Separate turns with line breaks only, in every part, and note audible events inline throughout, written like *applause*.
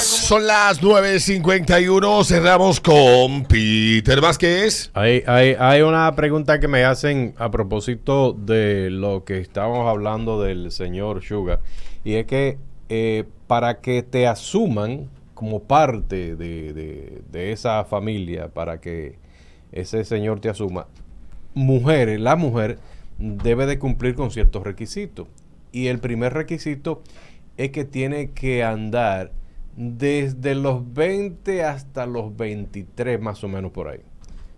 Son las 9.51. Cerramos con Peter Vázquez.
Hay, hay, hay una pregunta que me hacen a propósito de lo que estábamos hablando del señor Suga. Y es que eh, para que te asuman como parte de, de, de esa familia, para que ese señor te asuma, mujeres, la mujer debe de cumplir con ciertos requisitos. Y el primer requisito es que tiene que andar desde los 20 hasta los 23 más o menos por ahí.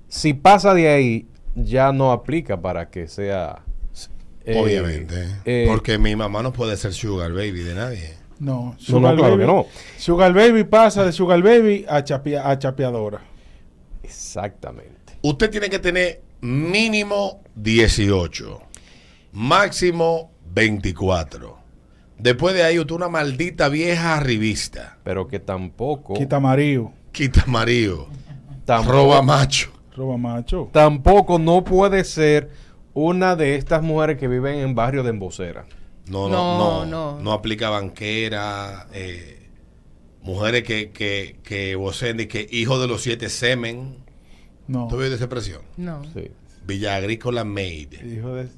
Si pasa de ahí, ya no aplica para que sea... eh,
Obviamente.
eh,
porque mi mamá no puede ser sugar baby de nadie.
No,
No, no, claro que no.
Sugar Baby pasa de Sugar Baby a, chapea- a chapeadora.
Exactamente.
Usted tiene que tener mínimo 18. Máximo 24. Después de ahí, usted una maldita vieja revista.
Pero que tampoco...
Quita amarillo,
Quita marido.
tampoco-
Roba macho.
roba macho.
tampoco no puede ser una de estas mujeres que viven en barrio de embocera.
No, no, no.
No,
No,
no.
aplica banquera. eh, mujeres que, que, que vocen de que hijo de los siete semen.
No.
¿Tú ves esa expresión?
No.
Sí.
Villa Agrícola Maid.
Hijo de.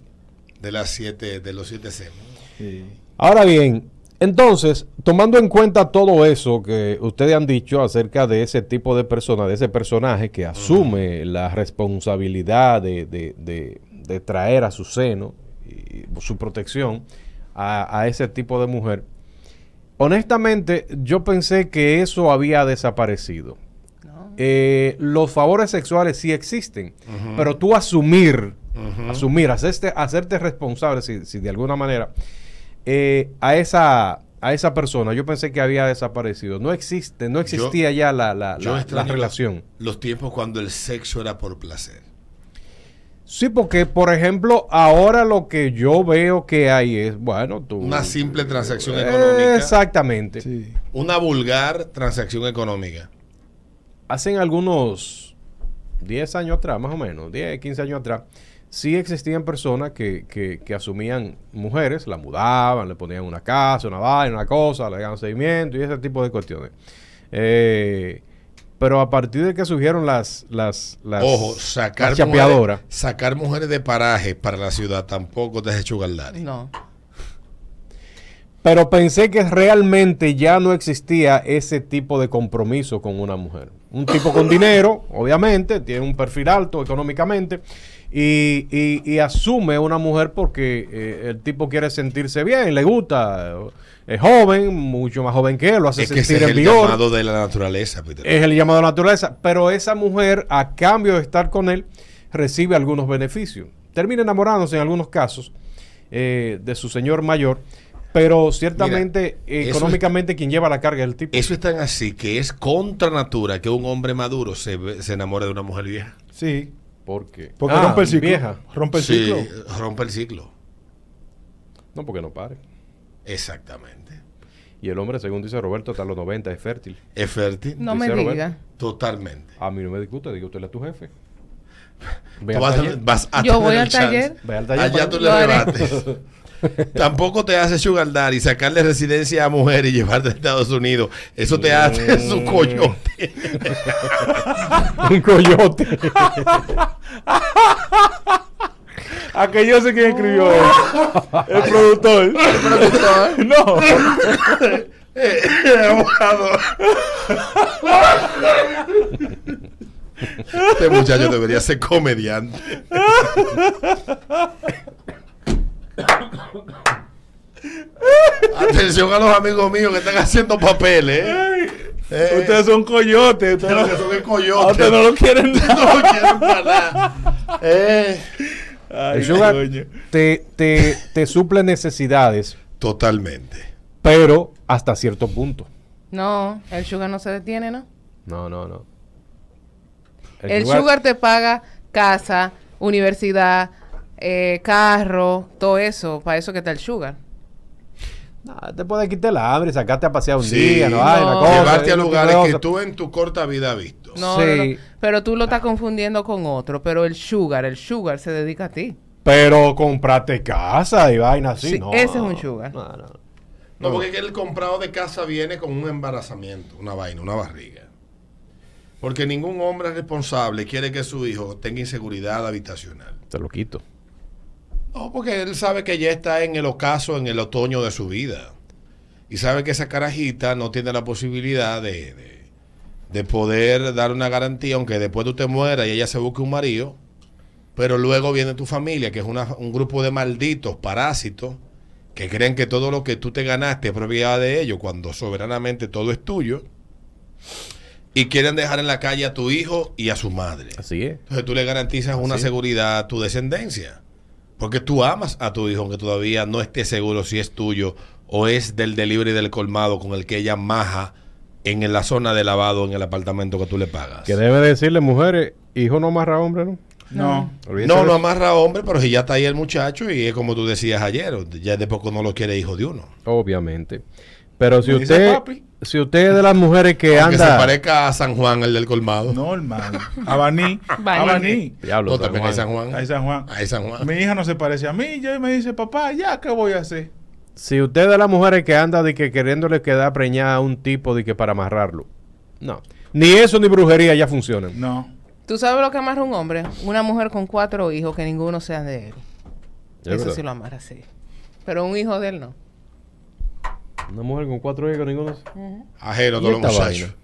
De, las siete, de los siete semen.
Sí.
Ahora bien, entonces, tomando en cuenta todo eso que ustedes han dicho acerca de ese tipo de persona, de ese personaje que asume la responsabilidad de, de- de- de traer a su seno y su protección a, a ese tipo de mujer, honestamente yo pensé que eso había desaparecido.
No.
Eh, los favores sexuales sí existen, pero tú asumir, asumir, hacerte, hacerte responsable, si, si de alguna manera, eh, a, esa, a esa persona, yo pensé que había desaparecido. No existe, no existía ya la, la-
Yo
la- la
extraño
relación.
Los tiempos cuando el sexo era por placer.
Sí, porque, por ejemplo, ahora lo que yo veo que hay es, bueno, tú...
Una simple transacción
Eh,
económica.
Exactamente.
Sí.
Una vulgar transacción económica.
hacen algunos 10 años atrás, más o menos, 10, 15 años atrás, sí existían personas que, que- que asumían mujeres, la mudaban, le ponían una casa, una vaina, una cosa, le daban seguimiento y ese tipo de cuestiones. Eh, pero a partir de que surgieron las... las, las
Ojo, sacar
las chapeadoras.
mujeres, sacar mujeres de paraje para la ciudad tampoco te has hecho galdari.
No.
Pero pensé que realmente ya no existía ese tipo de compromiso con una mujer. Un
*coughs*
tipo con dinero, obviamente, tiene un perfil alto económicamente y, y- y asume una mujer porque eh, el tipo quiere sentirse bien, le gusta, eh, es joven, mucho más joven que él, lo hace
Es que ese
sentir
es
Eh. en
el
vigor.
llamado de la naturaleza, Peter.
Es el llamado a la naturaleza. Pero esa mujer, a cambio de estar con él, recibe algunos beneficios. Termina enamorándose en algunos casos eh, de su señor mayor. Pero ciertamente,
Mira,
eh,
eso
económicamente, quien lleva la carga es el tipo.
Eso es tan así que es contra natura que un hombre maduro se, ve- se enamore de una mujer vieja.
Sí.
¿Por qué?
Porque
Ah,
rompe el ciclo.
Vieja.
Rompe el
Sí,
ciclo.
rompe el ciclo.
No, porque no pare.
Exactamente.
Y el hombre, según dice Roberto, hasta los 90 es fértil.
Es fértil.
No me
Dice Roberto.
diga.
Totalmente.
A mí no me discute, digo, usted es tu jefe. Ve
Ah, Tú
al
vas, a-
taller.
vas a
Yo
tener
voy
el
al taller.
chance.
Ve al taller
Allá
para-
tú
Lo
le
haré.
rebates.
*laughs*
Tampoco te hace sugar daddy, sacarle residencia a mujer y llevarte a Estados Unidos. Eso te hace su coyote.
Un coyote. *laughs*
Aquello Ah, sé quién
Oh.
escribió eso. El productor. no.
Abogado. Este muchacho debería ser comediante. Atención a los amigos míos que están haciendo papeles. ¿eh? Eh,
Ustedes son coyotes. Ustedes
pero que
no,
son el
a
coyote.
ustedes no lo quieren dar.
No lo quieren para nada. Eh,
Ay,
El sugar
coño.
te, te, te suple necesidades,
Totalmente.
pero hasta cierto punto.
No. El sugar no se detiene, ¿no?
No, no, no.
El, sugar... te paga casa, universidad, eh, carro, todo eso. Para eso que está el sugar.
No, te puede quitar la hambre, sacarte a pasear un
Sí.
día, no hay una
No.
cosa.
Llevarte a
una
lugares que
cosa.
tú en tu corta vida has visto.
No,
Sí.
no, no. Pero tú lo estás confundiendo con otro. Pero el sugar, el sugar se dedica a ti.
Pero comprate casa y vaina así,
Sí,
no.
ese es un sugar.
No, no.
No, porque es que el comprado de casa viene con un embarazamiento, una vaina, una barriga. Porque ningún hombre responsable quiere que su hijo tenga inseguridad habitacional.
Te lo quito.
No, porque él sabe que ya está en el ocaso, en el otoño de su vida. Y sabe que esa carajita no tiene la posibilidad de, de, de poder dar una garantía, aunque después tú te mueras y ella se busque un marido. Pero luego viene tu familia, que es una- un grupo de malditos, parásitos, que creen que todo lo que tú te ganaste es propiedad de ellos, cuando soberanamente todo es tuyo. Y quieren dejar en la calle a tu hijo y a su madre.
Así es.
Entonces tú le garantizas una
Así es.
seguridad a tu descendencia. Porque tú amas a tu hijo, aunque todavía no esté seguro si es tuyo o es del delivery del colmado con el que ella maja en la zona de lavado en el apartamento que tú le pagas.
Que debe decirle, mujeres, hijo no amarra a hombre, ¿no?
No.
Olvídese
No,
de
no
eso.
amarra hombre, pero si ya está ahí el muchacho y es como tú decías ayer, ya de poco no lo quiere hijo de uno.
Obviamente. Pero si
Me dice
usted,
papi.
si usted es de las mujeres que
Aunque se
anda...
parezca a San Juan, el del colmado. No,
No, hermano. Habaní.
Baní.
Habaní.
Diablo, San
también hay
Juan.
San Juan.
Ahí San Juan.
Ahí San Juan.
Mi hija no se parece a mí. Ya me dice, papá, ya, ¿qué voy a hacer?
Si usted es de las mujeres que anda de que queriéndole quedar preñada a un tipo de que para amarrarlo. No. Ni eso ni brujería ya funcionan.
No.
¿Tú sabes lo que amarra un hombre? Una mujer con cuatro hijos que ninguno sea de él.
Es
Eso
verdad.
sí lo amarra, sí. Pero un hijo de él no.
Una mujer con cuatro hijos, ninguno...
Ajeno a todos
¿Y
los
esta
muchachos.
vaina?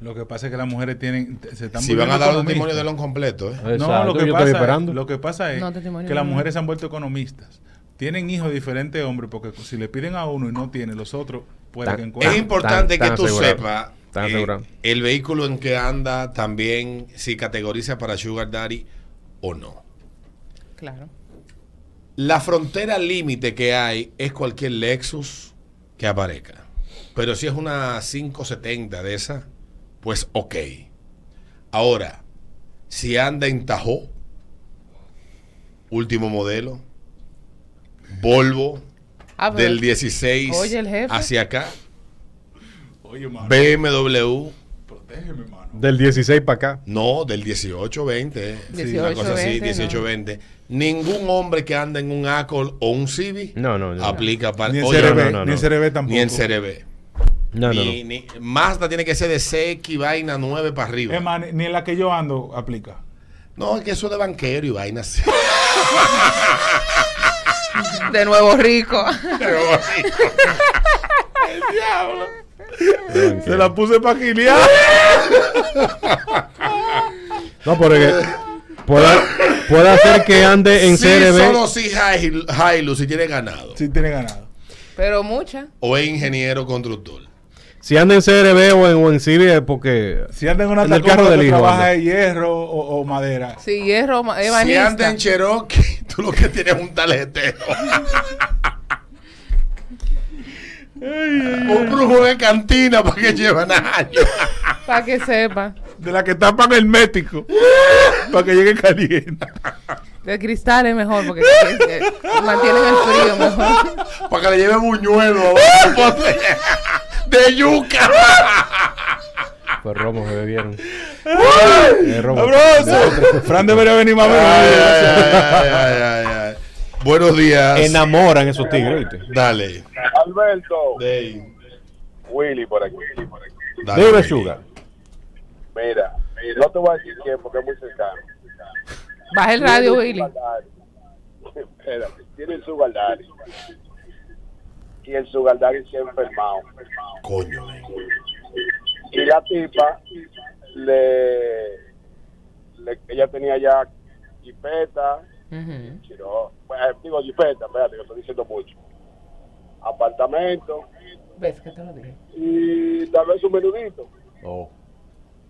Lo que pasa es que las mujeres tienen. te- Se están
Si van a
volviendo
dar un
economistas.
testimonio de lo completo, ¿eh?
Exacto,
No, lo que,
yo
pasa
estoy
es,
esperando.
lo que pasa es
No, testimonio
que las
no.
mujeres se han vuelto economistas. Tienen hijos de diferentes hombres porque si le piden a uno y no tiene, los otros puede
Tan-
que
Es
tan-
encuentren.
importante
tan
que tú
asegurado.
sepas
Tan
eh,
asegurado.
el vehículo en que anda también si categoriza para Sugar Daddy o no.
Claro.
La frontera límite que hay es cualquier Lexus que aparezca. Pero si es una 570 de esa, pues ok. Ahora, si anda en Tajo, último modelo, Volvo
Ah, pero-
del 16
Oye, el jefe.
hacia acá,
Oye, mano,
BMW
protégeme, mano.
Del 16 para acá.
No, del 18-20. eh. Sí, una
18-20,
cosa así,
no.
18-20. Ningún hombre que anda en un ACOL o un Civi
No, no, no.
aplica para.
Ni en
Oye,
CRB,
no, no,
ni
no.
en CRB tampoco.
Ni en CRB.
No, no, no.
Ni- ni- Mazda tiene que ser de 6 y vaina 9 para arriba.
Es más, ni- ni en la que yo ando aplica.
No, es que eso de banquero y vainas. *laughs*
De nuevo rico. *laughs*
No,
Se la puse para Kilian.
No, porque pueda, pueda ser que ande en
sí,
CRB.
solo si Hi- Hilux si tiene ganado.
Sí, tiene ganado.
Pero mucha.
O es ingeniero constructor.
Si anda en CRB o en, o en Civi es porque.
Si anda en una
En el
Tacoma
carro
que
del hijo,
trabaja
anda.
de hierro o, o madera.
Si hierro, ma- es
Si anda
banista.
en Cherokee, *laughs* tú lo que tienes es un tarjetero. un brujo de cantina para que llevan años.
Para que sepa.
De la que tapan
*laughs*
hermético. para que llegue caliente.
De cristal es mejor porque eh, mantienen el frío mejor.
Para que le lleve buñuelo. de yuca.
Pues Romo se bebieron. Eh, Romo.
¡Sabroso! Fran debería venir más veces.
Buenos días.
Enamoran esos tigres, ¿viste?
Dale.
Alberto,
Dale.
Willy por aquí.
Dime, Sugar.
Mira, no te voy a decir quién porque es muy cercano.
Baja el radio, Willy.
Espérate, tiene el sugaldari. Y el sugaldari se ha enfermado.
Coño, men.
Y la tipa, le, le- ella tenía ya jipeta,
Ujú.
chiro- eh, digo jipeta, espérate que estoy diciendo mucho. Apartamento
¿Ves que te lo dije?
y tal vez un menudito.
Oh.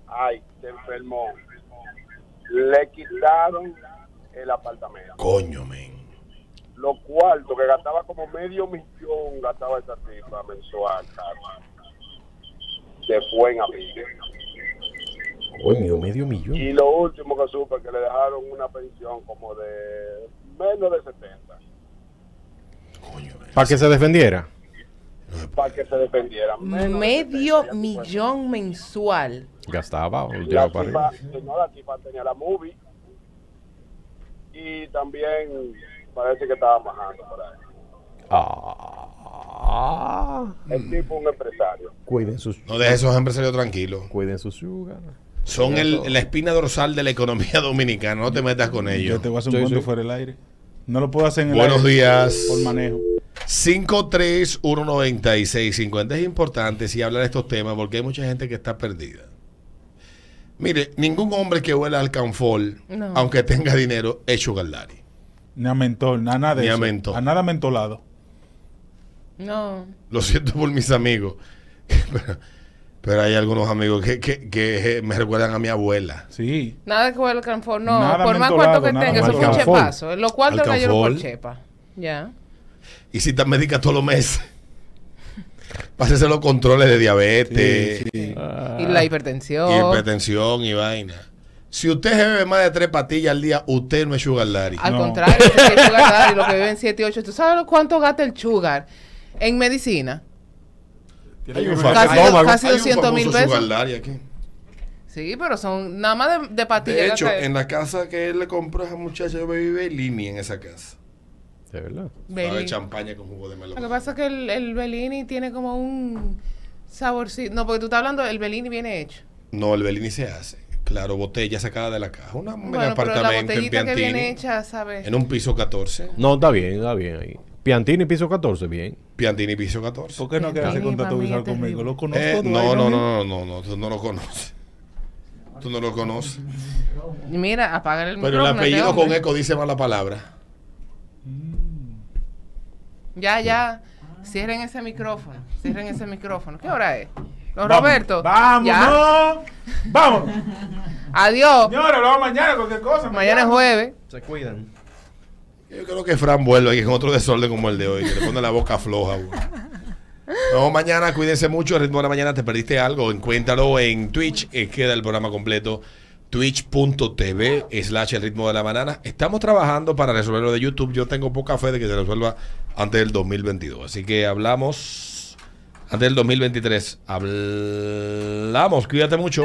Ay, se enfermó. Le quitaron el apartamento.
Coño, men.
Lo cuarto que gastaba como medio millón, gastaba esa tipa mensual. cara. Se fue en amigo.
Coño, medio millón.
Y lo último que supe que le dejaron una pensión como de menos de 70
Coño, men.
Para que se defendiera.
para que se defendiera.
Mm.
Menos de
Medio
70, ya tú puedes.
millón mensual.
Gastaba o llevaba
La
para
tipa,
arriba.
no, la tipa tenía la movie y también parece que estaba majando por ahí.
Ah. Ah,
El tipo es un empresario.
cuiden sus
No deje esos empresarios tranquilos.
cuiden sus sugar.
Son el, la espina dorsal de la economía *laughs* dominicana. No te metas con ellos.
Yo te voy a hacer
Sí,
un cuento
sí.
fuera del aire. No lo puedo hacer en el
Buenos
aire
días.
Por manejo.
5319650 es importante si hablar de estos temas porque hay mucha gente que está perdida. Mire, ningún hombre que huela al canfol,
No.
aunque tenga dinero, es sugar daddy.
Ni a mentol, na- nada de
Ni a
eso.
mentol.
A nada mentolado.
No.
Lo siento por mis amigos. *laughs* pero, pero hay algunos amigos que, que- que eh, me recuerdan a mi abuela.
Sí.
Nada que huele al canfor. No,
Nada
por más
mentolado,
cuarto que
nada
tenga, eso fue un
mentolado.
chepazo. Los cuartos
Alcanfor.
cayeron por chepa. Ya.
Y si te médica todos los meses. *laughs* Pásese los controles de diabetes
sí.
Y la
y
hipertensión.
hipertensión y vaina. Si usted se bebe más de tres pastillas al día, usted no es sugar daddy.
Al
No.
contrario, ese sí es sugar daddy, los que viven 7 y 8. ¿Tú sabes lo- cuánto gasta el sugar en medicina?
Hay un
Casi-
famoso-
casi
hay un
200 mil
famoso
pesos.
sugar daddy aquí.
Sí, pero son nada más de, de pastillas.
De hecho,
gasta-
en la casa que él le compró a esa muchacha, yo bebí Bellini en esa casa.
De verdad.
Bellini.
Sabe, champaña con jugo de
Lo que
melón.
pasa es que el, el Bellini tiene como un saborcito. No, porque tú estás hablando, el Bellini viene hecho.
No, el Bellini se hace. Claro, botella sacada de la caja. Una, un
Bueno, pero la
apartamento en
botellita que viene
Piantini.
hecha, ¿sabes?
En un piso 14.
No, está bien, está bien ahí. Piantini piso 14, bien.
Piantini piso 14.
¿Por qué no quedaste
Mentini,
contacto
pa' mí es
visual
terrible.
conmigo? Lo conozco.
Eh,
tú,
no,
ahí
no,
vi.
no, no, no, no, tú no lo conoces. Tú no lo conoces.
Mira, apaga el
Pero el
micrófono, este
apellido con
hombre.
eco dice mala palabra.
Ya, ya. Cierren ese micrófono. Cierren ese micrófono. ¿Qué hora es? Don
Vamos,
Roberto.
Vamos,
ya.
no. Vamos.
Adiós.
Señores, hablamos mañana, cualquier cosa.
Mañana es jueves.
Se cuidan.
Yo creo que Fran vuelve aquí con otro desorden como el de hoy, que le pone la boca floja. güey. No, mañana cuídense mucho, el ritmo de la mañana te perdiste algo, encuéntralo en Twitch, eh, queda el programa completo, twitch.tv slash el ritmo de la banana. Estamos trabajando para resolverlo de YouTube, yo tengo poca fe de que se resuelva antes del 2022, así que hablamos antes del 2023, hablamos, cuídate mucho.